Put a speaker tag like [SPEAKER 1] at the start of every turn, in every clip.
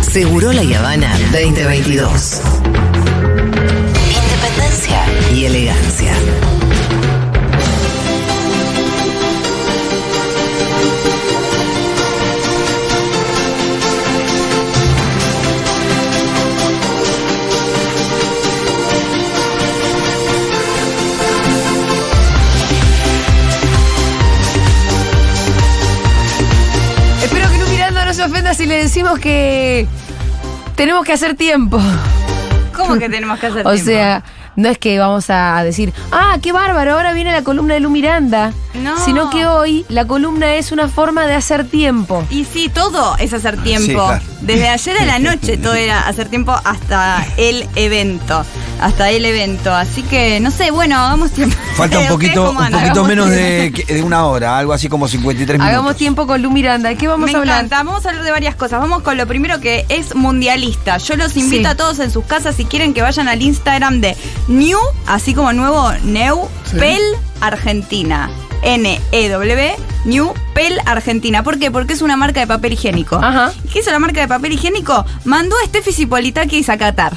[SPEAKER 1] Seguro la Habana 2022. Independencia y elegancia.
[SPEAKER 2] Espero que no Miranda no se ofenda si le decimos que tenemos que hacer tiempo.
[SPEAKER 3] ¿Cómo que tenemos que hacer
[SPEAKER 2] O
[SPEAKER 3] tiempo?
[SPEAKER 2] sea, no es que vamos a decir, ah, qué bárbaro, ahora viene la columna de Lu Miranda.
[SPEAKER 3] No.
[SPEAKER 2] Sino que hoy la columna es una forma de hacer tiempo.
[SPEAKER 3] Y sí, todo es hacer tiempo.
[SPEAKER 4] Sí, claro.
[SPEAKER 3] Desde ayer a la noche todo era hacer tiempo hasta el evento. Hasta el evento. Así que, no sé, bueno, hagamos tiempo.
[SPEAKER 4] Falta un
[SPEAKER 3] ¿Ustedes
[SPEAKER 4] poquito,
[SPEAKER 3] cómo
[SPEAKER 4] un
[SPEAKER 3] andan?
[SPEAKER 4] poquito
[SPEAKER 3] Hagamos
[SPEAKER 4] menos
[SPEAKER 3] tiempo.
[SPEAKER 4] de, que- de una hora, algo así como 53 minutos.
[SPEAKER 2] Hagamos tiempo con Lu Miranda. ¿De qué vamos
[SPEAKER 3] Me
[SPEAKER 2] a hablar?
[SPEAKER 3] encanta, vamos a hablar de varias cosas. Vamos con lo primero que es mundialista. Yo los invito
[SPEAKER 2] Sí.
[SPEAKER 3] a todos en sus casas si quieren que vayan al Instagram de New, así como nuevo New Pel Argentina. N-E-W, New Pel Argentina. ¿Por qué? Porque es una marca de papel higiénico.
[SPEAKER 2] Ajá.
[SPEAKER 3] ¿Qué hizo la marca de papel higiénico? Mandó a Steffi Cipolitakis a Qatar.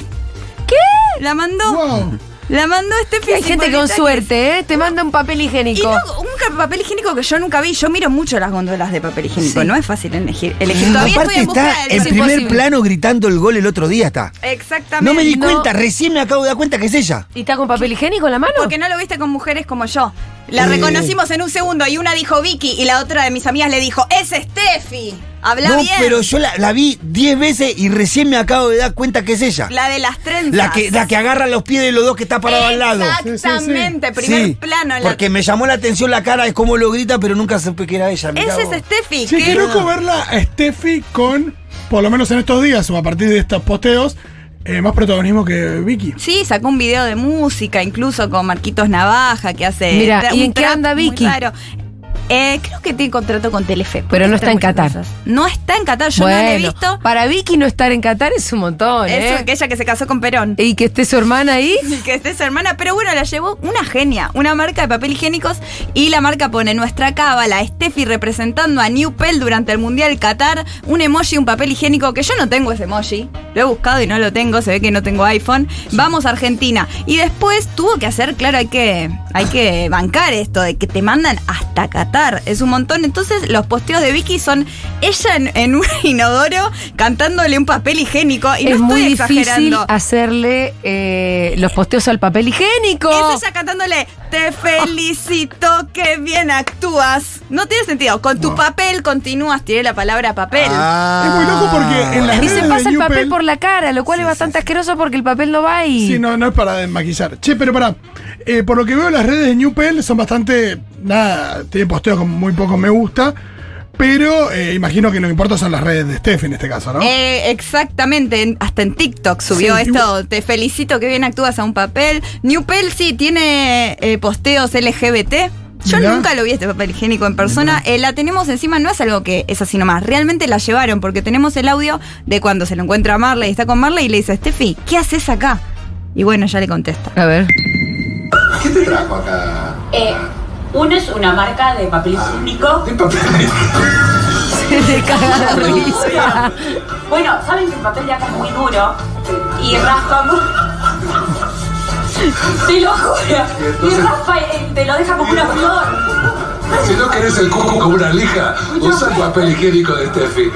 [SPEAKER 3] ¿Qué? La mandó. La mandó Steffi
[SPEAKER 2] Hay gente con
[SPEAKER 3] Cipolitakis.
[SPEAKER 2] suerte, ¿eh? Te manda un papel
[SPEAKER 3] Y
[SPEAKER 2] higiénico.
[SPEAKER 3] no, un ca- papel higiénico que yo nunca vi. Yo miro mucho las góndolas de papel higiénico.
[SPEAKER 2] Sí.
[SPEAKER 3] No es fácil elegir. elegir. Todavía
[SPEAKER 4] Aparte
[SPEAKER 3] estoy en busca
[SPEAKER 4] está
[SPEAKER 3] del
[SPEAKER 4] en
[SPEAKER 3] papel.
[SPEAKER 4] primer
[SPEAKER 2] imposible.
[SPEAKER 4] plano gritando el gol el otro día está.
[SPEAKER 3] Exactamente.
[SPEAKER 4] No me di
[SPEAKER 2] No.
[SPEAKER 4] cuenta, recién me acabo de dar cuenta que es ella.
[SPEAKER 2] ¿Y está con papel higiénico en la mano?
[SPEAKER 3] Porque no lo viste con mujeres como yo. La
[SPEAKER 4] Eh.
[SPEAKER 3] reconocimos en un segundo y una dijo Vicky y la otra de mis amigas le dijo, es Steffi. Habla
[SPEAKER 4] no,
[SPEAKER 3] bien.
[SPEAKER 4] pero yo la, la vi 10 veces y recién me acabo de dar cuenta que es ella. La,
[SPEAKER 3] La de las trenzas.
[SPEAKER 4] que, la que agarra los pies de los dos que está parado al lado.
[SPEAKER 3] Exactamente, primer
[SPEAKER 4] Sí,
[SPEAKER 3] plano. en la-
[SPEAKER 4] Porque me llamó la atención la cara, es como lo grita, pero nunca supe que era ella. mirá
[SPEAKER 3] Ese es este.
[SPEAKER 4] vos.
[SPEAKER 3] Steffi.
[SPEAKER 5] Sí,
[SPEAKER 3] que-
[SPEAKER 5] qué loco verla a Steffi con, por lo menos en estos días o a partir de estos posteos, eh, más protagonismo que Vicky.
[SPEAKER 3] Sí, sacó un video de música, incluso con Marquitos Navaja, que hace.
[SPEAKER 2] Mira,
[SPEAKER 3] tra-
[SPEAKER 2] ¿y
[SPEAKER 3] un
[SPEAKER 2] en qué
[SPEAKER 3] trap
[SPEAKER 2] anda
[SPEAKER 3] muy
[SPEAKER 2] Vicky?
[SPEAKER 3] raro. Eh, creo que tiene contrato con Telefe. porque
[SPEAKER 2] Pero no está en
[SPEAKER 3] muchas
[SPEAKER 2] Qatar.
[SPEAKER 3] cosas. No está en Qatar, yo no la he visto.
[SPEAKER 2] para Vicky no estar en Qatar es un montón,
[SPEAKER 3] Eso,
[SPEAKER 2] ¿eh?
[SPEAKER 3] que ella que se casó con Perón.
[SPEAKER 2] Y que esté su hermana ahí.
[SPEAKER 3] Y que esté su hermana, pero bueno, la llevó una genia, una marca de papel higiénicos y la marca pone nuestra cábala, Steffi representando a New Pel durante el Mundial Qatar, un emoji, un papel higiénico, que yo no tengo ese emoji, lo he buscado y no lo tengo, se ve que no tengo iPhone, vamos a Argentina. Y después tuvo que hacer, claro, hay que, hay que bancar esto de que te mandan hasta Qatar, es un montón, entonces los posteos de Vicky son ella en, en un inodoro cantándole un papel higiénico y
[SPEAKER 2] es
[SPEAKER 3] no
[SPEAKER 2] muy
[SPEAKER 3] estoy
[SPEAKER 2] difícil
[SPEAKER 3] exagerando.
[SPEAKER 2] hacerle eh, los posteos al papel higiénico.
[SPEAKER 3] Es ella cantándole, te felicito, que bien actúas. No tiene sentido. Con tu papel continúas, tiene la palabra papel.
[SPEAKER 4] Ah.
[SPEAKER 5] Es muy loco porque en las
[SPEAKER 2] Ah. Y
[SPEAKER 5] redes
[SPEAKER 2] se
[SPEAKER 5] de
[SPEAKER 2] pasa el
[SPEAKER 5] Newpel-
[SPEAKER 2] papel por la cara, lo cual es bastante asqueroso porque el papel no va y.
[SPEAKER 5] Sí, no, no es para desmaquillar. Che, pero pará. eh, por lo que veo, las redes de Newpel son bastante. Nada, tienen posteos con muy pocos me gusta. Pero eh, imagino que lo que importa son las redes de Steffi en este caso, ¿no?
[SPEAKER 3] Eh, exactamente, en- hasta en TikTok subió
[SPEAKER 5] Sí,
[SPEAKER 3] esto, te felicito, que bien actúas a un papel. New Pel sí tiene eh, posteos LGBT. Yo
[SPEAKER 5] Mirá.
[SPEAKER 3] nunca lo vi este papel higiénico en persona. Eh, la tenemos encima, no es algo que es así nomás. Realmente la llevaron porque tenemos el audio de cuando se lo encuentra a Marley, está con Marley y le dice, Steffi, ¿qué haces acá? Y bueno, ya le contesta.
[SPEAKER 2] A ver.
[SPEAKER 6] ¿Qué te trajo acá?
[SPEAKER 7] Eh, uno es una marca de papel higiénico.
[SPEAKER 6] De papel.
[SPEAKER 2] Te caga la risa.
[SPEAKER 7] Bueno, saben que el papel de acá es muy duro y raspa mu- Te lo juro. Y raspa y te lo deja como una flor.
[SPEAKER 6] Si no querés el cuco como una lija, usa el papel higiénico de Steffi.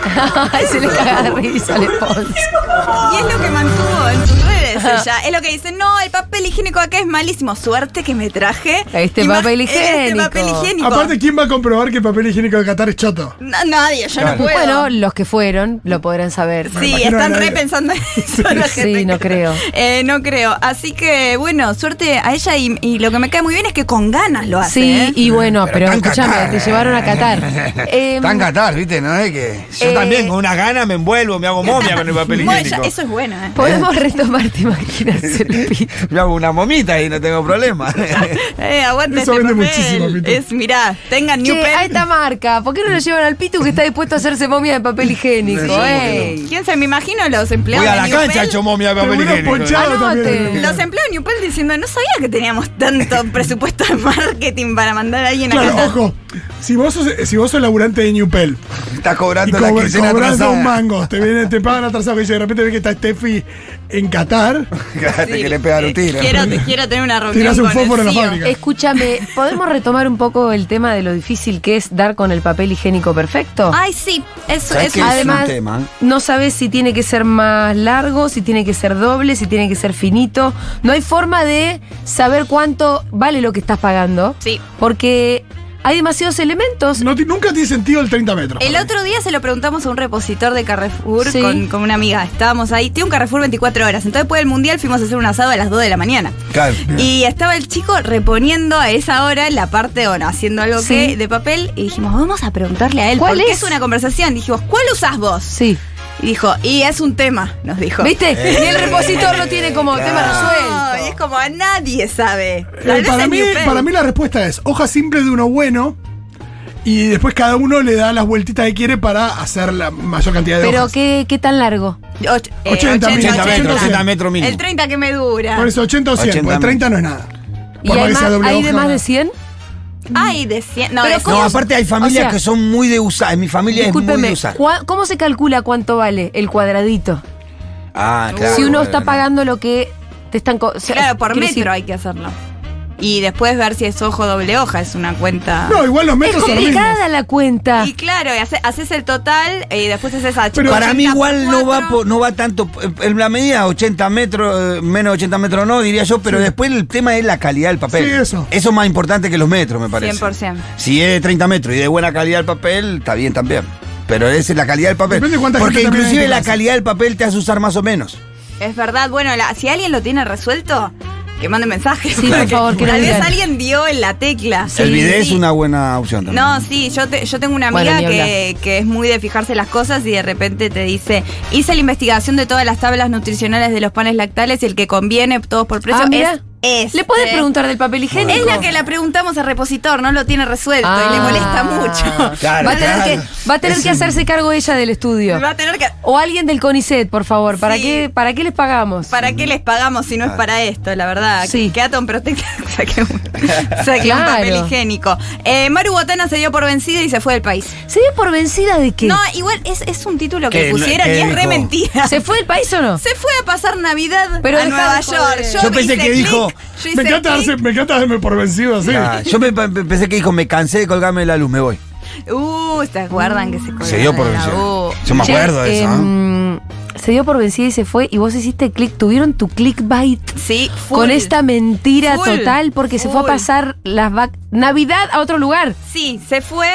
[SPEAKER 2] Ay, se le caga la risa al Alfonso.
[SPEAKER 3] Y es lo que mantuvo en sus redes ella. Es lo que dice, no, el papel higiénico acá es malísimo. Suerte que me traje.
[SPEAKER 2] Este
[SPEAKER 3] Ima-
[SPEAKER 2] papel
[SPEAKER 3] Este
[SPEAKER 2] higiénico.
[SPEAKER 3] papel higiénico.
[SPEAKER 5] Aparte, ¿quién va a comprobar que el papel higiénico de Qatar es choto?
[SPEAKER 3] Na- nadie, yo
[SPEAKER 4] Claro.
[SPEAKER 3] no puedo.
[SPEAKER 2] Bueno, los que fueron lo podrán saber.
[SPEAKER 3] Ah. Sí,
[SPEAKER 5] imagino
[SPEAKER 3] están
[SPEAKER 5] a nadie.
[SPEAKER 3] repensando en eso. la
[SPEAKER 2] Sí,
[SPEAKER 3] gente.
[SPEAKER 2] no creo.
[SPEAKER 3] Eh, no creo. Así que, bueno, suerte a ella y, y lo que me cae muy bien es que con ganas lo hace.
[SPEAKER 2] Sí,
[SPEAKER 3] ¿eh?
[SPEAKER 2] y bueno, pero,
[SPEAKER 4] está en
[SPEAKER 2] escúchame,
[SPEAKER 4] Qatar.
[SPEAKER 2] te llevaron a Qatar. Eh,
[SPEAKER 4] Está en Qatar, ¿viste? No es que. Yo
[SPEAKER 2] eh,
[SPEAKER 4] también, con una gana me envuelvo, me hago momia con el papel
[SPEAKER 3] Bueno,
[SPEAKER 4] higiénico.
[SPEAKER 3] ya- eso es bueno, ¿eh?
[SPEAKER 2] Podemos retomar, te imaginas, el pito.
[SPEAKER 4] Me hago una momita y no tengo problema.
[SPEAKER 3] Eh, aguante
[SPEAKER 5] Eso
[SPEAKER 3] este
[SPEAKER 5] vende
[SPEAKER 3] papel.
[SPEAKER 5] muchísimo, Pitu.
[SPEAKER 3] Es, mirá, tengan New
[SPEAKER 2] Che,
[SPEAKER 3] Pen.
[SPEAKER 2] a esta marca, ¿por qué no lo llevan al Pitu que está dispuesto a hacerse momia de papel higiénico?
[SPEAKER 4] No,
[SPEAKER 2] ey?
[SPEAKER 3] ¿Quién se me imagino los
[SPEAKER 4] Voy
[SPEAKER 3] empleados
[SPEAKER 4] a
[SPEAKER 3] de
[SPEAKER 4] la
[SPEAKER 3] New
[SPEAKER 4] cancha,
[SPEAKER 3] Pen?
[SPEAKER 4] hecho momia de papel
[SPEAKER 5] Terminó
[SPEAKER 4] higiénico.
[SPEAKER 5] ponchado
[SPEAKER 2] Ah,
[SPEAKER 5] también.
[SPEAKER 2] Anote.
[SPEAKER 3] Los empleados de Newpel diciendo, no sabía que teníamos tanto presupuesto de marketing para mandar a alguien a
[SPEAKER 5] Claro,
[SPEAKER 3] Qatar".
[SPEAKER 5] ojo, si vos sos, si vos sos laburante de Newpel
[SPEAKER 4] Estás
[SPEAKER 5] y
[SPEAKER 4] cobrando la
[SPEAKER 5] cobra-
[SPEAKER 4] quincena
[SPEAKER 5] cobras
[SPEAKER 4] atrasada.
[SPEAKER 5] dos mangos, te, vienen, te pagan atrasado, que dice, de repente ves que está Steffi en Qatar,
[SPEAKER 4] Te
[SPEAKER 5] este
[SPEAKER 4] querés pegar un tiro.
[SPEAKER 3] Eh, Quiero, quiero tener una reunión.
[SPEAKER 5] tirás un
[SPEAKER 3] con el
[SPEAKER 5] fósforo en la
[SPEAKER 3] CEO.
[SPEAKER 5] fábrica.
[SPEAKER 2] Escúchame, ¿podemos retomar un poco el tema de lo difícil que es dar con el papel higiénico perfecto?
[SPEAKER 3] Ay, sí, eso, eso.
[SPEAKER 4] ¿Sabés qué? es un
[SPEAKER 2] Además,
[SPEAKER 4] tema.
[SPEAKER 2] no sabes si tiene que ser más largo, si tiene que ser doble, si tiene que ser finito. No hay forma de saber cuánto vale lo que estás pagando.
[SPEAKER 3] Sí.
[SPEAKER 2] Porque hay demasiados elementos.
[SPEAKER 5] No ti- nunca tiene sentido el 30 metros.
[SPEAKER 3] El otro día se lo preguntamos a un repositor de Carrefour
[SPEAKER 2] Sí.
[SPEAKER 3] con, con una amiga. Estábamos ahí, tiene un Carrefour 24 horas. Entonces, después del mundial, fuimos a hacer un asado a las 2 de la mañana.
[SPEAKER 4] Claro.
[SPEAKER 3] Y estaba el chico reponiendo a esa hora la parte, bueno, haciendo algo
[SPEAKER 2] Sí.
[SPEAKER 3] que, de papel. Y dijimos, vamos a preguntarle a él.
[SPEAKER 2] ¿Cuál
[SPEAKER 3] porque
[SPEAKER 2] es?
[SPEAKER 3] es una conversación. Dijimos, ¿cuál usás vos?
[SPEAKER 2] Sí.
[SPEAKER 3] Y dijo, y es un tema, nos dijo.
[SPEAKER 2] ¿Viste?
[SPEAKER 4] Eh,
[SPEAKER 2] y el repositor lo tiene como
[SPEAKER 4] claro.
[SPEAKER 2] tema
[SPEAKER 3] No, y es
[SPEAKER 2] resuelto.
[SPEAKER 3] como a nadie sabe.
[SPEAKER 5] Eh,
[SPEAKER 3] Tal vez
[SPEAKER 5] para,
[SPEAKER 3] en
[SPEAKER 5] mí,
[SPEAKER 3] Newport.
[SPEAKER 5] para mí la respuesta es hoja simple de uno bueno y después cada uno le da las vueltitas que quiere para hacer la mayor cantidad de
[SPEAKER 2] Pero
[SPEAKER 5] hojas.
[SPEAKER 2] ¿qué, qué tan largo.
[SPEAKER 3] Och- eh,
[SPEAKER 5] 80,
[SPEAKER 4] 80 metros, 80
[SPEAKER 5] 80
[SPEAKER 4] metros mínimo.
[SPEAKER 3] El 30 que me dura.
[SPEAKER 5] Por eso 80 o 100,
[SPEAKER 4] 80
[SPEAKER 5] porque 30 no es nada.
[SPEAKER 2] Y
[SPEAKER 5] Por más
[SPEAKER 2] hay,
[SPEAKER 5] que sea
[SPEAKER 2] más-
[SPEAKER 5] doble
[SPEAKER 2] hay de
[SPEAKER 5] hoja.
[SPEAKER 2] más de 100.
[SPEAKER 3] Ay, de cien- No,
[SPEAKER 2] Pero
[SPEAKER 3] de
[SPEAKER 2] ¿cómo
[SPEAKER 4] No,
[SPEAKER 3] cien-
[SPEAKER 4] aparte hay familias
[SPEAKER 2] O sea,
[SPEAKER 4] que son muy de usar. En mi familia es muy
[SPEAKER 2] Discúlpeme,
[SPEAKER 4] de usar.
[SPEAKER 2] ¿cuá- ¿cómo se calcula cuánto vale el cuadradito?
[SPEAKER 4] Ah, claro.
[SPEAKER 2] si uno
[SPEAKER 4] bueno.
[SPEAKER 2] está pagando lo que te están... co- o sea,
[SPEAKER 3] Claro, por
[SPEAKER 2] quiero
[SPEAKER 3] metro
[SPEAKER 2] decir,
[SPEAKER 3] hay que hacerlo. Y después ver si es ojo doble hoja, es una cuenta. Ah.
[SPEAKER 5] No, igual los
[SPEAKER 2] Es
[SPEAKER 5] metros son los mismos.
[SPEAKER 2] complicada la cuenta.
[SPEAKER 3] Y claro, y hace- haces el total eh, y después haces a
[SPEAKER 5] Pero
[SPEAKER 4] Para mí igual no va
[SPEAKER 3] 84.
[SPEAKER 4] po- no va tanto eh, en la medida 80 metros, eh, menos 80 metros no, diría yo, pero después el tema es la calidad del papel.
[SPEAKER 5] Sí, eso.
[SPEAKER 4] Eso es más importante que los metros, me parece.
[SPEAKER 3] 100%.
[SPEAKER 4] Si es de 30 metros y de buena calidad el papel, está bien también. Pero esa es la calidad del papel.
[SPEAKER 5] Depende de cuánta
[SPEAKER 4] Porque
[SPEAKER 5] gente también
[SPEAKER 4] inclusive
[SPEAKER 5] hay en tu
[SPEAKER 4] la
[SPEAKER 5] casa.
[SPEAKER 4] calidad del papel te hace usar más o menos.
[SPEAKER 3] Es verdad, bueno, la- si alguien lo tiene resuelto, que mande mensajes.
[SPEAKER 2] Sí, por
[SPEAKER 3] porque
[SPEAKER 2] favor, que lo
[SPEAKER 3] Tal vez
[SPEAKER 2] digan.
[SPEAKER 3] alguien dio en la tecla.
[SPEAKER 4] el bidet es
[SPEAKER 3] sí.
[SPEAKER 4] una buena opción también.
[SPEAKER 3] No, sí, yo, te- yo tengo una
[SPEAKER 2] Bueno,
[SPEAKER 3] amiga
[SPEAKER 2] ni
[SPEAKER 3] que, que es muy de fijarse las cosas y de repente te dice, hice la investigación de todas las tablas nutricionales de los panes lactales y el que conviene, todos por precio,
[SPEAKER 2] Ah, mira.
[SPEAKER 3] es este.
[SPEAKER 2] ¿Le puedes preguntar del papel higiénico? Ah.
[SPEAKER 3] Es la que la preguntamos al repositor, no lo tiene resuelto y le molesta mucho.
[SPEAKER 4] Claro,
[SPEAKER 2] va a tener,
[SPEAKER 4] claro.
[SPEAKER 2] que, va a tener que hacerse cargo ella del estudio.
[SPEAKER 3] Va a tener que...
[SPEAKER 2] O alguien del CONICET, por favor. ¿Para,
[SPEAKER 3] Sí.
[SPEAKER 2] qué, ¿para qué les pagamos?
[SPEAKER 3] ¿Para qué les pagamos si no es para esto, la verdad?
[SPEAKER 2] Sí.
[SPEAKER 3] Que Atom Protect saque un, saque un
[SPEAKER 2] Claro.
[SPEAKER 3] papel higiénico. Eh, Maru Botana se dio por vencida y se fue del país.
[SPEAKER 2] ¿Se dio por vencida de qué?
[SPEAKER 3] No, igual es, es un título que
[SPEAKER 4] Que no-
[SPEAKER 3] pusieron
[SPEAKER 4] que
[SPEAKER 3] y es re
[SPEAKER 4] dijo.
[SPEAKER 3] mentira.
[SPEAKER 2] ¿Se fue del país o no?
[SPEAKER 3] Se fue a pasar Navidad
[SPEAKER 2] Pero
[SPEAKER 3] a
[SPEAKER 2] deja
[SPEAKER 3] Nueva
[SPEAKER 2] de joder.
[SPEAKER 3] York.
[SPEAKER 4] Yo pensé
[SPEAKER 3] hice
[SPEAKER 4] que
[SPEAKER 3] clic,
[SPEAKER 4] dijo,
[SPEAKER 3] yo hice
[SPEAKER 5] Me encanta,
[SPEAKER 3] clic.
[SPEAKER 5] darse- me encanta darme por vencido así.
[SPEAKER 4] Ah, yo me, pe- pensé que dijo, me cansé de colgarme de la luz, me voy.
[SPEAKER 3] Uh, ¿se acuerdan que se colgó?
[SPEAKER 4] Se dio por
[SPEAKER 3] la
[SPEAKER 4] vencido.
[SPEAKER 3] U?
[SPEAKER 4] Yo me
[SPEAKER 2] Che,
[SPEAKER 4] acuerdo de eso. ¿eh? ¿no?
[SPEAKER 2] em, Se dio por vencida y se fue. Y vos hiciste clic, tuvieron tu clickbait
[SPEAKER 3] Sí, full.
[SPEAKER 2] con esta mentira
[SPEAKER 3] Full.
[SPEAKER 2] total porque se fue a
[SPEAKER 3] Full.
[SPEAKER 2] pasar las vac- Navidad a otro lugar.
[SPEAKER 3] Sí, se fue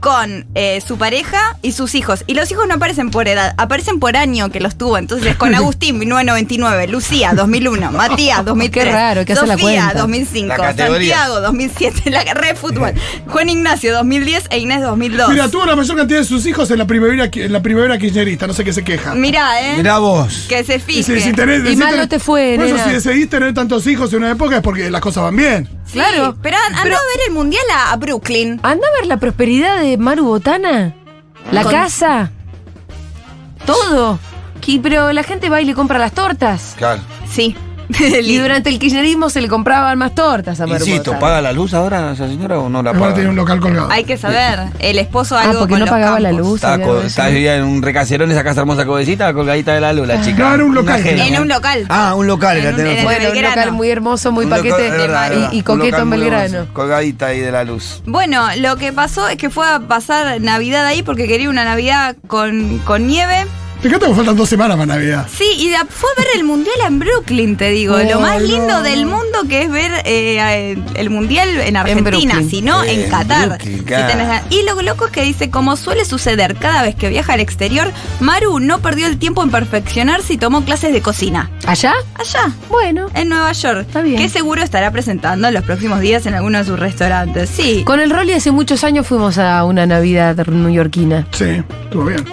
[SPEAKER 3] con eh, su pareja y sus hijos. Y los hijos no aparecen por edad, aparecen por año que los tuvo. Entonces, con Agustín, 1999, Lucía, 2001, Matías, 2003,
[SPEAKER 2] Qué raro, hay que hacer la
[SPEAKER 3] Sofía,
[SPEAKER 2] cuenta.
[SPEAKER 3] 2005,
[SPEAKER 4] La categoría.
[SPEAKER 3] Santiago, 2007, la carrera de fútbol, Juan Ignacio, 2010 e Inés, 2002.
[SPEAKER 5] Mira, tuvo la mayor cantidad de sus hijos en la primavera, en la primavera kirchnerista, no sé qué se queja.
[SPEAKER 3] Mirá, ¿eh?
[SPEAKER 4] Mirá vos.
[SPEAKER 3] Que se fije.
[SPEAKER 5] Y si- si tenés-
[SPEAKER 2] Y
[SPEAKER 5] si
[SPEAKER 2] mal
[SPEAKER 5] tenés-
[SPEAKER 2] no te fue,
[SPEAKER 5] Por eso,
[SPEAKER 2] nena.
[SPEAKER 5] si decidís tener tantos hijos en una época es porque las cosas van bien.
[SPEAKER 3] Sí,
[SPEAKER 2] Claro.
[SPEAKER 3] Pero andó a ver el mundial a, a Brooklyn.
[SPEAKER 2] Anda a ver la prosperidad de Maru Botana. La
[SPEAKER 3] Con-
[SPEAKER 2] casa. Todo. Qui- Pero la gente va y le compra las tortas.
[SPEAKER 4] Claro.
[SPEAKER 3] Sí.
[SPEAKER 2] Y durante el kirchnerismo se le compraban más tortas a Maru
[SPEAKER 4] Insisto,
[SPEAKER 2] Botana.
[SPEAKER 4] ¿paga la luz ahora esa señora o no la
[SPEAKER 5] Ahora tiene
[SPEAKER 4] paga?
[SPEAKER 5] un local colgado.
[SPEAKER 3] Hay que saber. El esposo
[SPEAKER 2] Ah,
[SPEAKER 3] algo
[SPEAKER 2] porque
[SPEAKER 3] con
[SPEAKER 2] no
[SPEAKER 3] los
[SPEAKER 2] pagaba la
[SPEAKER 3] campos.
[SPEAKER 2] luz.
[SPEAKER 4] Está,
[SPEAKER 2] sabía
[SPEAKER 4] co-
[SPEAKER 2] de
[SPEAKER 4] está
[SPEAKER 2] eso.
[SPEAKER 4] vivía en un recaserón, esa casa hermosa cobecita, colgadita de la luz, la chica.
[SPEAKER 5] No, era un
[SPEAKER 4] Una
[SPEAKER 5] local.
[SPEAKER 4] genia.
[SPEAKER 3] En un local.
[SPEAKER 4] Ah, un local
[SPEAKER 3] En
[SPEAKER 4] era.
[SPEAKER 3] un-
[SPEAKER 4] tenés
[SPEAKER 3] en
[SPEAKER 4] razón.
[SPEAKER 2] Bueno, un
[SPEAKER 3] Belgrano.
[SPEAKER 2] local muy hermoso, muy
[SPEAKER 4] Un
[SPEAKER 2] paquete
[SPEAKER 4] local, es verdad, es
[SPEAKER 2] y-
[SPEAKER 4] verdad.
[SPEAKER 2] y,
[SPEAKER 4] Un
[SPEAKER 2] coqueto
[SPEAKER 4] local
[SPEAKER 2] en
[SPEAKER 4] muy
[SPEAKER 2] Belgrano.
[SPEAKER 4] hermoso, Colgadita ahí de la luz.
[SPEAKER 3] Bueno, lo que pasó es que fue a pasar Navidad ahí porque quería una Navidad con, con nieve.
[SPEAKER 5] Te encanta que faltan dos semanas para Navidad.
[SPEAKER 3] Sí, y de- fue a ver el mundial en Brooklyn, te digo. lo más lindo del mundo que es ver eh, a- el mundial en Argentina,
[SPEAKER 2] Brooklyn.
[SPEAKER 3] si no
[SPEAKER 4] Eh,
[SPEAKER 3] en
[SPEAKER 4] en
[SPEAKER 3] Qatar.
[SPEAKER 4] Brooklyn,
[SPEAKER 3] si
[SPEAKER 4] claro.
[SPEAKER 3] tenés ganas. y lo loco es que dice, como suele suceder cada vez que viaja al exterior, Maru no perdió el tiempo en perfeccionarse y tomó clases de cocina.
[SPEAKER 2] ¿Allá?
[SPEAKER 3] Allá,
[SPEAKER 2] Bueno.
[SPEAKER 3] en Nueva York.
[SPEAKER 2] Está bien.
[SPEAKER 3] Que seguro estará presentando en los próximos días en alguno de sus restaurantes. Sí.
[SPEAKER 2] Con el Rolly hace muchos años fuimos a una Navidad neoyorquina.
[SPEAKER 5] Sí, estuvo bien.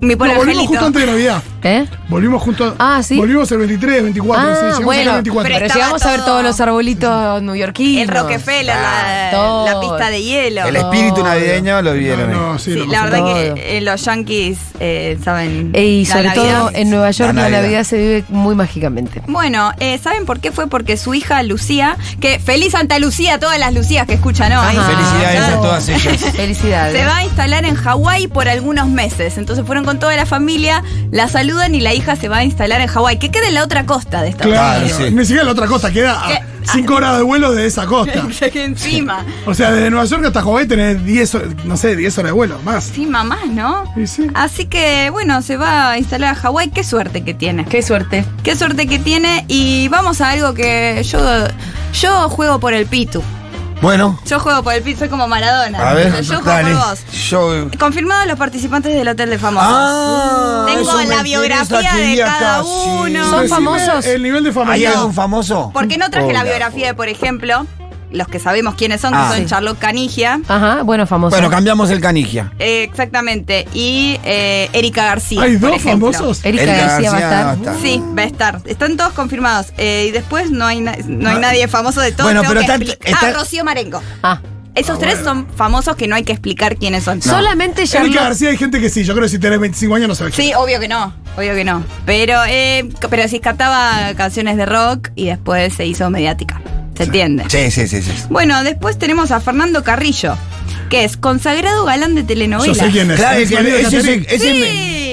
[SPEAKER 3] Mi
[SPEAKER 5] Nos
[SPEAKER 3] pobre
[SPEAKER 5] volvimos
[SPEAKER 3] angelito.
[SPEAKER 5] justo antes de Navidad.
[SPEAKER 2] ¿Eh?
[SPEAKER 5] Volvimos juntos.
[SPEAKER 2] Ah, sí.
[SPEAKER 5] Volvimos el 23, 24. sí,
[SPEAKER 2] Ah,
[SPEAKER 5] llegamos
[SPEAKER 2] bueno,
[SPEAKER 5] el
[SPEAKER 2] pero,
[SPEAKER 5] 24.
[SPEAKER 3] estaba
[SPEAKER 2] llegamos a ver
[SPEAKER 3] todo-
[SPEAKER 2] todos los arbolitos neoyorquinos.
[SPEAKER 3] El Rockefeller, la,
[SPEAKER 2] Todo.
[SPEAKER 3] la pista de hielo.
[SPEAKER 4] El espíritu navideño lo vieron. ahí.
[SPEAKER 5] No, no, sí,
[SPEAKER 3] Sí,
[SPEAKER 5] lo
[SPEAKER 3] la
[SPEAKER 5] pasó.
[SPEAKER 3] verdad
[SPEAKER 2] Todo.
[SPEAKER 3] que eh, los yankees eh, saben.
[SPEAKER 2] Y
[SPEAKER 3] la
[SPEAKER 2] sobre
[SPEAKER 3] Navidad.
[SPEAKER 2] todo en Nueva York la
[SPEAKER 4] La
[SPEAKER 2] Navidad.
[SPEAKER 4] Navidad.
[SPEAKER 2] se vive muy mágicamente.
[SPEAKER 3] Bueno, eh, ¿saben por qué fue? Porque su hija Lucía, que feliz Santa Lucía a todas las Lucías que escuchan hoy.
[SPEAKER 2] Ajá.
[SPEAKER 4] Felicidades
[SPEAKER 2] claro.
[SPEAKER 4] a todas ellas.
[SPEAKER 2] Felicidades.
[SPEAKER 3] Se va a instalar en Hawái por algunos meses. Entonces fueron con toda la familia, la saludan y la hija se va a instalar en Hawái, que queda en la otra costa de Estados
[SPEAKER 5] Claro,
[SPEAKER 4] Claro, sí.
[SPEAKER 5] ni siquiera la otra costa, queda
[SPEAKER 3] ¿Qué?
[SPEAKER 5] a 5 horas de vuelo de esa costa.
[SPEAKER 3] Unidos. Encima.
[SPEAKER 5] O sea, desde Nueva York hasta Hawái tenés 10, hor- no sé, 10 horas de vuelo, más.
[SPEAKER 3] Encima más, ¿no?
[SPEAKER 5] Y sí.
[SPEAKER 2] Ah,
[SPEAKER 3] Así que, bueno, se va a instalar a Hawái. Qué suerte que tiene.
[SPEAKER 2] Qué suerte.
[SPEAKER 3] Qué suerte que tiene. Y vamos a algo que yo, yo juego por el Pitu.
[SPEAKER 4] Bueno,
[SPEAKER 3] Yo juego por el Pitu, soy como Maradona.
[SPEAKER 4] a ver.
[SPEAKER 3] yo juego
[SPEAKER 4] dale.
[SPEAKER 3] por vos.
[SPEAKER 4] Yo.
[SPEAKER 3] Confirmados los participantes del Hotel de Famosos.
[SPEAKER 4] Ah,
[SPEAKER 3] Tengo
[SPEAKER 4] eso me
[SPEAKER 3] la
[SPEAKER 4] interesa,
[SPEAKER 3] biografía de
[SPEAKER 4] quería
[SPEAKER 3] cada
[SPEAKER 4] casi.
[SPEAKER 3] uno.
[SPEAKER 2] Son
[SPEAKER 5] Decime
[SPEAKER 2] famosos.
[SPEAKER 5] El nivel de
[SPEAKER 4] ¿Hay
[SPEAKER 5] familia.
[SPEAKER 4] algún famoso?
[SPEAKER 3] ¿Por qué no traje la
[SPEAKER 4] Hola.
[SPEAKER 3] biografía de, por ejemplo, los que sabemos quiénes son, que
[SPEAKER 4] Ah.
[SPEAKER 3] son
[SPEAKER 4] Sí.
[SPEAKER 3] Charlotte Canigia?
[SPEAKER 2] Ajá, bueno, famoso.
[SPEAKER 4] Bueno, cambiamos el canigia.
[SPEAKER 3] eh, exactamente. Y eh, Erika García.
[SPEAKER 5] ¿Hay
[SPEAKER 3] por
[SPEAKER 5] dos
[SPEAKER 3] ejemplo.
[SPEAKER 5] famosos?
[SPEAKER 2] Erika
[SPEAKER 4] Erika
[SPEAKER 2] García va a
[SPEAKER 4] García
[SPEAKER 2] estar.
[SPEAKER 4] va a estar.
[SPEAKER 3] Sí, va a estar. Están todos confirmados. Eh, y después no hay, na- no hay nadie famoso de todos.
[SPEAKER 4] Ah. Bueno,
[SPEAKER 3] tengo
[SPEAKER 4] pero
[SPEAKER 3] que
[SPEAKER 4] está-
[SPEAKER 3] expli-
[SPEAKER 4] está-
[SPEAKER 3] Ah, Rocío Marengo.
[SPEAKER 2] Ah.
[SPEAKER 3] Esos tres son famosos que no hay que explicar quiénes son.
[SPEAKER 2] Solamente
[SPEAKER 5] Erika
[SPEAKER 2] Charlotte.
[SPEAKER 5] García hay gente que sí, yo creo que si tenés 25 años no sabes quién.
[SPEAKER 3] Sí, obvio que no. Obvio que no. Pero, eh, pero sí cantaba canciones de rock y después se hizo mediática. ¿Se entiende?
[SPEAKER 4] Sí, sí, sí, sí.
[SPEAKER 3] Bueno, después tenemos a Fernando Carrillo, que es consagrado galán de
[SPEAKER 5] Yo
[SPEAKER 3] telenovelas.
[SPEAKER 5] sé quién es.
[SPEAKER 4] Claro,
[SPEAKER 5] Es
[SPEAKER 4] que,
[SPEAKER 5] marido de
[SPEAKER 4] ese-
[SPEAKER 5] Catherine.
[SPEAKER 4] ese- ese
[SPEAKER 3] Sí.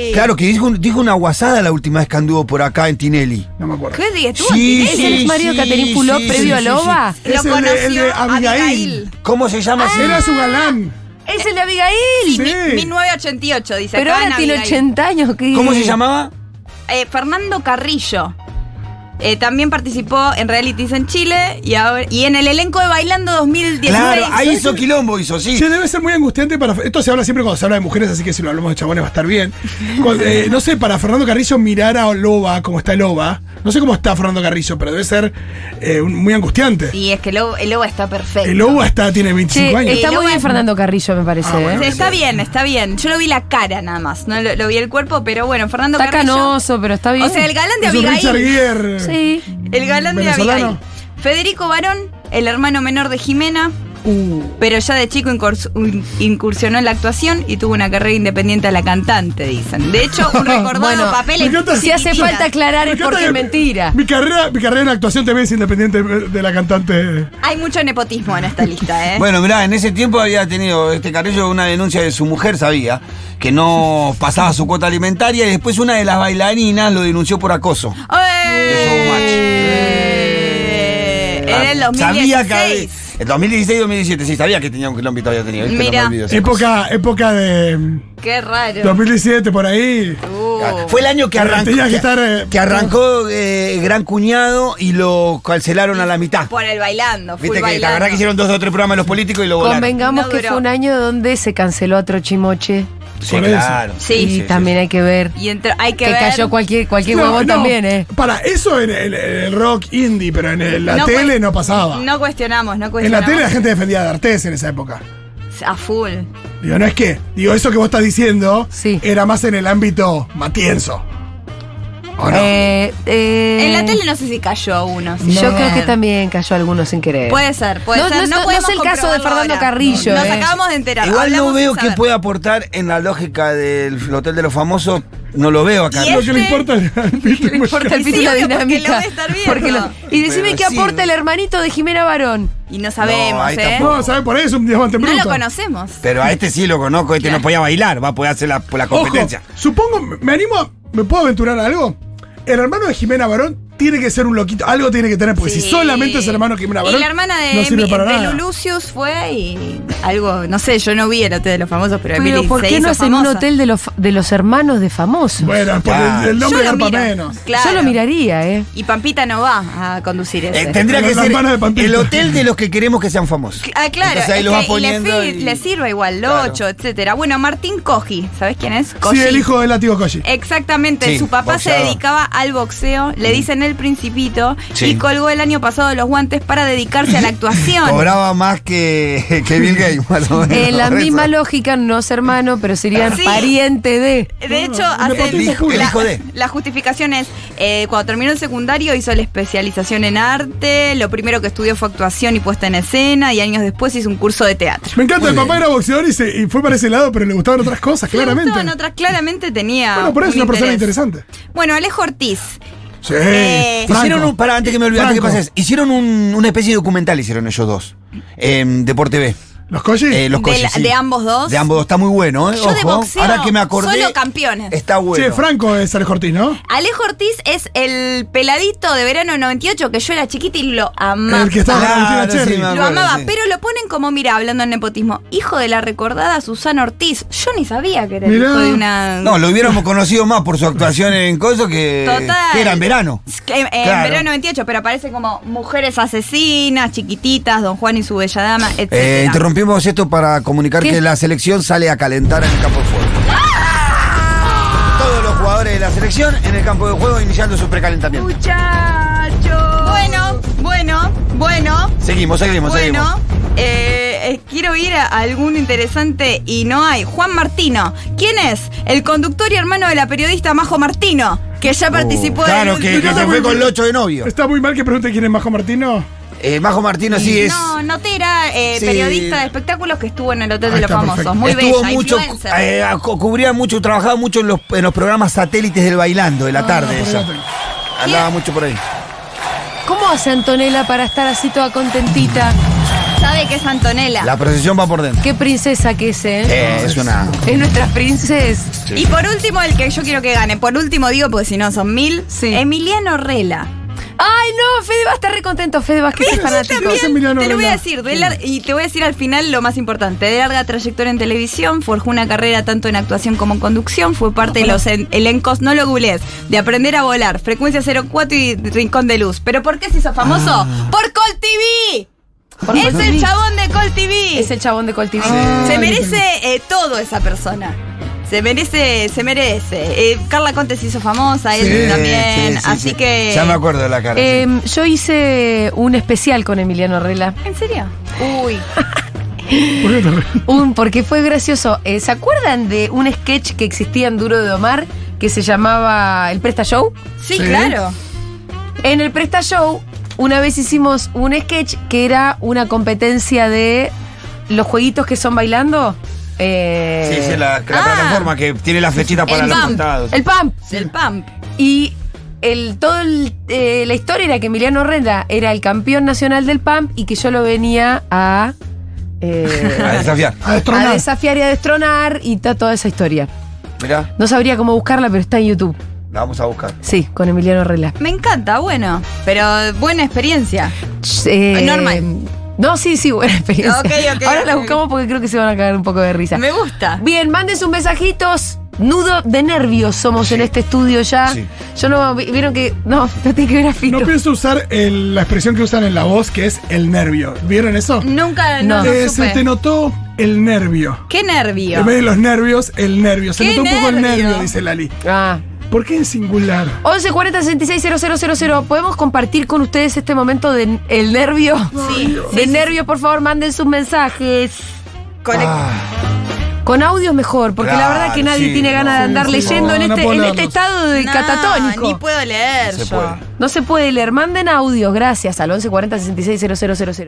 [SPEAKER 4] me- claro, que dijo, un- dijo una guasada la última vez que anduvo por acá en Tinelli.
[SPEAKER 5] No me acuerdo.
[SPEAKER 3] ¿Qué dije? ¿Estuvo
[SPEAKER 4] Sí,
[SPEAKER 3] en
[SPEAKER 2] ¿Es
[SPEAKER 3] Tinelli?
[SPEAKER 2] el
[SPEAKER 4] sí,
[SPEAKER 2] ex marido de
[SPEAKER 4] sí,
[SPEAKER 2] Caterín Fuló
[SPEAKER 4] sí,
[SPEAKER 2] previo
[SPEAKER 4] sí,
[SPEAKER 2] a
[SPEAKER 4] sí,
[SPEAKER 2] Loba?
[SPEAKER 3] Lo
[SPEAKER 5] Es el de-
[SPEAKER 3] conoció
[SPEAKER 5] el de
[SPEAKER 3] Abigail. Ah.
[SPEAKER 5] Abigail.
[SPEAKER 4] ¿Cómo se llama? ese?
[SPEAKER 5] Era su galán.
[SPEAKER 2] ¡Es el de Abigail!
[SPEAKER 5] Sí.
[SPEAKER 3] 1988, dice
[SPEAKER 2] Pero
[SPEAKER 3] acá en
[SPEAKER 2] ahora tiene
[SPEAKER 3] Abigail.
[SPEAKER 2] 80 años. ¿qué?
[SPEAKER 4] ¿Cómo se llamaba?
[SPEAKER 3] Eh, Fernando Carrillo. Eh, también participó en realities en Chile y, ahora, y en el elenco de Bailando 2016.
[SPEAKER 4] Claro, ahí hizo quilombo, hizo, sí.
[SPEAKER 5] Che, debe ser muy angustiante para. Esto se habla siempre cuando se habla de mujeres, así que si lo hablamos de chabones va a estar bien. Cuando, eh, no sé, para Fernando Carrillo mirar a Loba como está Loba. No sé cómo está Fernando Carrillo, pero debe ser eh, un- muy angustiante.
[SPEAKER 3] Y es que el lobo, el lobo está perfecto.
[SPEAKER 5] El Loba está, tiene 25
[SPEAKER 2] Che,
[SPEAKER 5] años.
[SPEAKER 2] está
[SPEAKER 3] Y
[SPEAKER 2] muy
[SPEAKER 3] Loba-
[SPEAKER 2] bien Fernando Carrillo, me parece.
[SPEAKER 5] Ah, bueno,
[SPEAKER 2] ¿eh?
[SPEAKER 3] Sí, está bien, está bien. Yo lo vi la cara nada más, no lo, lo vi el cuerpo, pero bueno, Fernando
[SPEAKER 2] Está
[SPEAKER 3] Carrillo.
[SPEAKER 2] canoso, ¿eh? pero está bien.
[SPEAKER 3] O sea, el galán de
[SPEAKER 5] Es un Richard
[SPEAKER 3] Abigail.
[SPEAKER 5] Gere.
[SPEAKER 2] Sí.
[SPEAKER 3] El galán de
[SPEAKER 5] Venezolano.
[SPEAKER 3] Abigail. Federico Barón, el hermano menor de Jimena,
[SPEAKER 5] Uh,
[SPEAKER 3] pero ya de chico incurs- un- incursionó en la actuación y tuvo una carrera independiente a la cantante, dicen. De hecho, un recordado
[SPEAKER 2] Bueno,
[SPEAKER 3] papel
[SPEAKER 5] me
[SPEAKER 3] en
[SPEAKER 5] encanta-
[SPEAKER 2] Si hace
[SPEAKER 3] Chiquititas.
[SPEAKER 2] falta aclarar
[SPEAKER 5] me
[SPEAKER 2] es
[SPEAKER 5] encanta
[SPEAKER 2] porque
[SPEAKER 5] que-
[SPEAKER 2] es mentira.
[SPEAKER 5] Mi carrera, mi carrera en actuación también es independiente de la cantante.
[SPEAKER 3] Hay mucho nepotismo en esta lista, ¿eh?
[SPEAKER 4] Bueno, mirá, en ese tiempo había tenido este Carrillo una denuncia de su mujer, sabía, que no pasaba su cuota alimentaria y después una de las bailarinas lo denunció por acoso.
[SPEAKER 3] ¡Eh! Era el 2016.
[SPEAKER 4] Sabía que había- el 2016 2017, sí, sabía que tenía un quilombo y todavía tenía. ¿viste?
[SPEAKER 3] Mirá.
[SPEAKER 4] No me olvido esa
[SPEAKER 5] Época, época de
[SPEAKER 3] Qué raro. Uh.
[SPEAKER 5] 2017 por ahí.
[SPEAKER 4] cosa. Fue el año que arrancó.
[SPEAKER 5] Tenía que estar, eh,
[SPEAKER 4] que arrancó eh, Gran Cuñado y lo cancelaron a la mitad.
[SPEAKER 3] Por el bailando, full
[SPEAKER 4] Viste que la
[SPEAKER 3] bailando.
[SPEAKER 4] verdad que hicieron dos o tres programas los políticos y lo volaron.
[SPEAKER 2] Convengamos
[SPEAKER 3] No
[SPEAKER 2] que
[SPEAKER 3] duró.
[SPEAKER 2] fue un año donde se canceló otro chimoche.
[SPEAKER 4] Sí,
[SPEAKER 5] Por eso.
[SPEAKER 4] claro.
[SPEAKER 3] Sí.
[SPEAKER 2] y también hay que ver
[SPEAKER 3] Y entre- hay que,
[SPEAKER 2] que
[SPEAKER 3] ver.
[SPEAKER 2] cayó cualquier, cualquier huevón también, ¿eh?
[SPEAKER 5] Para eso en el, en el rock indie, pero en el- la
[SPEAKER 3] No
[SPEAKER 5] tele
[SPEAKER 3] cues-
[SPEAKER 5] no pasaba.
[SPEAKER 3] No cuestionamos, no
[SPEAKER 5] en la
[SPEAKER 3] cuestionamos.
[SPEAKER 5] tele la gente defendía a D'Artés en esa época.
[SPEAKER 3] A full.
[SPEAKER 5] Digo, no es que. Digo, eso que vos estás diciendo
[SPEAKER 2] Sí.
[SPEAKER 5] era más en el ámbito matienzo. ¿O no?
[SPEAKER 2] Eh, eh,
[SPEAKER 3] En la tele no sé si cayó uno. si
[SPEAKER 2] Yo
[SPEAKER 3] no.
[SPEAKER 2] creo que también cayó alguno sin querer.
[SPEAKER 3] Puede ser, puede
[SPEAKER 2] No,
[SPEAKER 3] ser.
[SPEAKER 2] no es- no es
[SPEAKER 3] podemos
[SPEAKER 2] el caso de
[SPEAKER 3] comprobarlo
[SPEAKER 2] Fernando
[SPEAKER 3] ahora.
[SPEAKER 2] Carrillo,
[SPEAKER 3] Nos
[SPEAKER 2] eh.
[SPEAKER 3] acabamos de enterar.
[SPEAKER 4] Igual no
[SPEAKER 3] Hablamos
[SPEAKER 4] veo
[SPEAKER 3] sin
[SPEAKER 4] que
[SPEAKER 3] saber.
[SPEAKER 4] pueda aportar en la lógica del Hotel de los Famosos. No lo veo acá.
[SPEAKER 3] Y
[SPEAKER 5] Lo que le
[SPEAKER 3] este-
[SPEAKER 5] importa
[SPEAKER 2] No importa el
[SPEAKER 3] Sí,
[SPEAKER 2] pito
[SPEAKER 3] obvio, porque
[SPEAKER 2] dinámica.
[SPEAKER 3] lo voy a estar viendo.
[SPEAKER 2] Porque lo- y decime
[SPEAKER 4] Pero
[SPEAKER 2] qué
[SPEAKER 4] sí.
[SPEAKER 2] aporta el hermanito de Jimena Barón.
[SPEAKER 3] Y no sabemos,
[SPEAKER 4] No, ahí
[SPEAKER 3] ¿eh?
[SPEAKER 4] tampoco.
[SPEAKER 5] No, ¿sabes? Por ahí es un diamante
[SPEAKER 3] No
[SPEAKER 5] bruto.
[SPEAKER 3] lo conocemos.
[SPEAKER 4] Pero a este sí lo conozco, este no podía bailar, va a poder hacer la, la
[SPEAKER 5] Ojo,
[SPEAKER 4] competencia.
[SPEAKER 5] supongo, me- me animo a, ¿Me puedo aventurar a algo? El hermano de Jimena Barón tiene que ser un loquito. Algo tiene que tener, porque
[SPEAKER 3] Sí.
[SPEAKER 5] Pues si solamente es el hermano de Jimena Barón.
[SPEAKER 3] Y la hermana de,
[SPEAKER 5] no sirve
[SPEAKER 3] Emi-
[SPEAKER 5] para
[SPEAKER 3] de
[SPEAKER 5] nada.
[SPEAKER 3] Lulucius fue y algo, no sé, yo no vi el hotel de los famosos, pero,
[SPEAKER 2] Pero
[SPEAKER 3] Emily
[SPEAKER 2] ¿por
[SPEAKER 3] se
[SPEAKER 2] qué no
[SPEAKER 3] hizo
[SPEAKER 2] hacen un
[SPEAKER 3] famosa.
[SPEAKER 2] hotel de los, de los hermanos de famosos?
[SPEAKER 5] Bueno, por
[SPEAKER 4] Claro.
[SPEAKER 5] el, el nombre
[SPEAKER 3] Yo lo
[SPEAKER 5] garpa
[SPEAKER 3] miro,
[SPEAKER 5] menos.
[SPEAKER 3] claro.
[SPEAKER 2] Yo lo miraría, ¿eh?
[SPEAKER 3] Y Pampita no va a conducir
[SPEAKER 4] Eh,
[SPEAKER 3] ese.
[SPEAKER 4] tendría
[SPEAKER 5] Con
[SPEAKER 4] que
[SPEAKER 5] las
[SPEAKER 4] ser
[SPEAKER 5] manos de Pampita.
[SPEAKER 4] el hotel de los que queremos que sean famosos.
[SPEAKER 3] Ah, claro,
[SPEAKER 4] Entonces ahí
[SPEAKER 3] es
[SPEAKER 4] los
[SPEAKER 3] que-
[SPEAKER 4] va poniendo.
[SPEAKER 3] y le, fi-
[SPEAKER 4] y-
[SPEAKER 3] le sirve igual, lo
[SPEAKER 4] Claro.
[SPEAKER 3] ocho, etcétera. Bueno, Martín Coji, ¿sabés quién es?
[SPEAKER 5] Sí,
[SPEAKER 3] Cogi. Eh,
[SPEAKER 5] el hijo del látigo Koji.
[SPEAKER 3] Exactamente,
[SPEAKER 4] Sí,
[SPEAKER 3] su papá se
[SPEAKER 4] boxeador.
[SPEAKER 3] dedicaba al boxeo, le dicen El Principito
[SPEAKER 8] Sí.
[SPEAKER 3] y colgó el año pasado los guantes para dedicarse a la actuación.
[SPEAKER 4] Cobraba más que, que Bill Gates, más o menos.
[SPEAKER 2] En la
[SPEAKER 4] Por eso.
[SPEAKER 2] misma lógica, no es hermano, pero serían
[SPEAKER 3] Sí.
[SPEAKER 2] pariente de.
[SPEAKER 3] De hecho,
[SPEAKER 5] nepotismo
[SPEAKER 3] hace
[SPEAKER 5] El hijo-
[SPEAKER 4] el
[SPEAKER 3] la,
[SPEAKER 4] hijo de.
[SPEAKER 3] la justificación es, eh, cuando terminó el secundario hizo la especialización en arte, lo primero que estudió fue actuación y puesta en escena y años después hizo un curso de teatro.
[SPEAKER 5] Me encanta, el papá era boxeador y, se- y fue para ese lado, pero le gustaban otras cosas,
[SPEAKER 3] Le
[SPEAKER 5] claramente.
[SPEAKER 3] gustaban otras, claramente tenía...
[SPEAKER 5] Bueno, por eso es
[SPEAKER 3] un
[SPEAKER 5] una persona
[SPEAKER 3] interés.
[SPEAKER 5] interesante.
[SPEAKER 3] Bueno, Alejo Ortiz.
[SPEAKER 5] Sí.
[SPEAKER 3] Eh,
[SPEAKER 5] Franco.
[SPEAKER 4] Hicieron un, para antes que me olvide, antes que
[SPEAKER 5] Franco.
[SPEAKER 4] pases, hicieron un- una especie de documental, hicieron ellos dos. em, de por TV.
[SPEAKER 5] ¿Los Colli?
[SPEAKER 4] Eh, los
[SPEAKER 3] De
[SPEAKER 4] coches,
[SPEAKER 3] la-
[SPEAKER 4] sí.
[SPEAKER 3] de ambos dos.
[SPEAKER 4] De ambos dos, está muy bueno, ¿eh?
[SPEAKER 3] Yo de
[SPEAKER 4] Ojo.
[SPEAKER 3] boxeo,
[SPEAKER 4] Ahora que me acordé.
[SPEAKER 3] solo campeones.
[SPEAKER 4] Está bueno.
[SPEAKER 5] Che, Franco es Alejo Ortiz, ¿no?
[SPEAKER 3] Alejo Ortiz es el peladito de verano del 98 que yo era chiquita y lo amaba.
[SPEAKER 5] El que estaba con
[SPEAKER 4] Claro,
[SPEAKER 5] Agustina
[SPEAKER 4] sí,
[SPEAKER 5] Cherry.
[SPEAKER 4] me
[SPEAKER 3] Lo
[SPEAKER 4] acuerdo,
[SPEAKER 3] amaba,
[SPEAKER 4] sí.
[SPEAKER 3] pero lo ponen como, mira, hablando en nepotismo, hijo de la recordada Susana Ortiz. Yo ni sabía que era el
[SPEAKER 5] Mirá.
[SPEAKER 3] hijo de una...
[SPEAKER 4] No, eh, lo hubiéramos conocido más por su actuación en Coso que,
[SPEAKER 3] Total.
[SPEAKER 4] que era en verano.
[SPEAKER 3] En, en
[SPEAKER 4] Claro.
[SPEAKER 3] verano 98, pero aparece como mujeres asesinas, chiquititas, Don Juan y su bella dama, etc.
[SPEAKER 4] Eh, interrumpimos esto para comunicar
[SPEAKER 2] ¿Qué?
[SPEAKER 4] que la selección sale a calentar en el campo de juego.
[SPEAKER 3] ¡Ah!
[SPEAKER 4] Todos los jugadores de la selección en el campo de juego iniciando su precalentamiento.
[SPEAKER 3] Muchachos. Bueno, bueno, bueno.
[SPEAKER 4] Seguimos, seguimos, seguimos.
[SPEAKER 3] Bueno, eh, eh, quiero ir a algún interesante y no hay. Juan Martino. ¿Quién es? El conductor y hermano de la periodista Majo Martino, que ya participó en
[SPEAKER 4] Oh, Claro,
[SPEAKER 3] el
[SPEAKER 4] que, que
[SPEAKER 3] último-
[SPEAKER 4] se fue con Locho de novio.
[SPEAKER 5] Está muy mal que pregunte quién es Majo Martino.
[SPEAKER 4] Eh, Majo Martino sí es.
[SPEAKER 3] No, Notera, eh,
[SPEAKER 4] Sí.
[SPEAKER 3] periodista de espectáculos que estuvo en el Hotel
[SPEAKER 5] Ahí
[SPEAKER 3] de los
[SPEAKER 5] está,
[SPEAKER 3] Famosos.
[SPEAKER 5] perfecto.
[SPEAKER 3] Muy
[SPEAKER 4] Estuvo
[SPEAKER 3] bella,
[SPEAKER 4] mucho,
[SPEAKER 3] influencer.
[SPEAKER 4] eh, co- cubría mucho, trabajaba mucho en los, en los programas satélites del bailando de la tarde.
[SPEAKER 5] por ahí
[SPEAKER 4] esa.
[SPEAKER 5] la tengo.
[SPEAKER 4] Andaba mucho por ahí.
[SPEAKER 2] ¿Cómo hace Antonella para estar así toda contentita?
[SPEAKER 3] Sabe que es Antonella.
[SPEAKER 4] La procesión va por dentro.
[SPEAKER 2] Qué princesa que es, ¿eh?
[SPEAKER 4] Eh, es una.
[SPEAKER 2] Es nuestra princesa.
[SPEAKER 3] Y por último, el que yo quiero que gane. Por último digo, porque si no son mil.
[SPEAKER 2] Sí.
[SPEAKER 3] Emiliano Rela.
[SPEAKER 2] Ay, no, Fede va a estar re contento. Fede Vázquez es
[SPEAKER 3] Yo
[SPEAKER 2] fanático.
[SPEAKER 3] también
[SPEAKER 5] Es Emiliano
[SPEAKER 3] te lo voy a
[SPEAKER 5] Orlando.
[SPEAKER 3] decir, de lar- y te voy a decir al final lo más importante. De larga trayectoria en televisión, forjó una carrera tanto en actuación como en conducción, fue parte de los en- elencos, no lo googlees, de Aprender a Volar, Frecuencia 04 y Rincón de Luz. ¿Pero por qué se hizo famoso? ¡Por Col TV!
[SPEAKER 2] Por
[SPEAKER 3] ¡Es
[SPEAKER 2] Col
[SPEAKER 3] el
[SPEAKER 2] TV.
[SPEAKER 3] chabón de Col TV!
[SPEAKER 2] Es el chabón de Coltv.
[SPEAKER 3] Se merece eh, todo esa persona. Se merece, se merece. Eh, Carla Conte se hizo famosa, él
[SPEAKER 4] Sí,
[SPEAKER 3] también.
[SPEAKER 4] sí, sí,
[SPEAKER 3] así
[SPEAKER 4] sí.
[SPEAKER 3] que.
[SPEAKER 4] Ya me acuerdo de la cara. sí.
[SPEAKER 2] Eh, yo hice un especial con Emiliano Rela.
[SPEAKER 3] ¿En serio? Uy.
[SPEAKER 5] ¿Por qué te reís?
[SPEAKER 2] Un, porque fue gracioso. Eh, ¿Se acuerdan de un sketch que existía en Duro de Omar que se llamaba El Presta Show?
[SPEAKER 3] Sí, claro.
[SPEAKER 2] En el Presta Show, una vez hicimos un sketch que era una competencia de los jueguitos que son bailando. Eh,
[SPEAKER 4] Sí, sí, la, la
[SPEAKER 3] Ah.
[SPEAKER 4] plataforma que tiene la flechita para
[SPEAKER 3] El
[SPEAKER 4] los
[SPEAKER 3] bump.
[SPEAKER 4] costados.
[SPEAKER 2] El PAM.
[SPEAKER 3] Del pump.
[SPEAKER 2] Y el, todo el- eh, la historia era que Emiliano Renda era el campeón nacional del PAM y que yo lo venía a, eh,
[SPEAKER 4] A desafiar.
[SPEAKER 5] A
[SPEAKER 2] a
[SPEAKER 5] destronar.
[SPEAKER 2] desafiar y a destronar y ta- toda esa historia.
[SPEAKER 4] Mirá,
[SPEAKER 2] No sabría cómo buscarla, pero está en YouTube.
[SPEAKER 4] la vamos a buscar.
[SPEAKER 2] Sí, con Emiliano Rela.
[SPEAKER 3] Me encanta, bueno, pero buena experiencia.
[SPEAKER 2] Eh,
[SPEAKER 3] Normal.
[SPEAKER 2] No, sí, sí, buena experiencia.
[SPEAKER 3] Ok, ok,
[SPEAKER 2] Ahora la
[SPEAKER 3] ok.
[SPEAKER 2] buscamos porque creo que se van a cagar un poco de risa.
[SPEAKER 3] Me gusta.
[SPEAKER 2] Bien, manden sus mensajitos. Nudo de nervios somos en este estudio ya.
[SPEAKER 4] Sí.
[SPEAKER 2] Yo no, vi- vieron que. No, no tiene que ver a Fito.
[SPEAKER 5] No pienso usar el- la expresión que usan en la voz, que es el nervio. ¿Vieron eso?
[SPEAKER 3] Nunca Mm, no,
[SPEAKER 2] No.
[SPEAKER 3] lo
[SPEAKER 5] Eh, se
[SPEAKER 3] supe.
[SPEAKER 5] te notó el nervio.
[SPEAKER 3] Qué nervio.
[SPEAKER 5] En vez de los nervios, el nervio. Se
[SPEAKER 3] ¿Qué
[SPEAKER 5] notó un poco el
[SPEAKER 3] nervio?
[SPEAKER 5] nervio, dice Lali.
[SPEAKER 2] Ah.
[SPEAKER 5] ¿Por qué en singular?
[SPEAKER 2] 11 40 66 000. ¿Podemos compartir con ustedes este momento de el nervio?
[SPEAKER 3] Sí.
[SPEAKER 2] de nervio, por favor, manden sus mensajes.
[SPEAKER 4] Ah,
[SPEAKER 2] Con audios mejor, porque la
[SPEAKER 4] Claro,
[SPEAKER 2] verdad que nadie
[SPEAKER 4] sí,
[SPEAKER 2] tiene
[SPEAKER 4] no,
[SPEAKER 2] ganas de
[SPEAKER 5] sí,
[SPEAKER 2] andar
[SPEAKER 5] sí,
[SPEAKER 2] leyendo
[SPEAKER 5] no,
[SPEAKER 2] en,
[SPEAKER 5] no
[SPEAKER 2] este,
[SPEAKER 5] puedo
[SPEAKER 2] en este
[SPEAKER 5] leerlos.
[SPEAKER 2] estado de
[SPEAKER 3] No,
[SPEAKER 2] catatónico.
[SPEAKER 3] Ni puedo leer
[SPEAKER 4] Se
[SPEAKER 3] yo.
[SPEAKER 4] puede.
[SPEAKER 2] No se puede leer. Manden audios, gracias, al 11 40 66 000.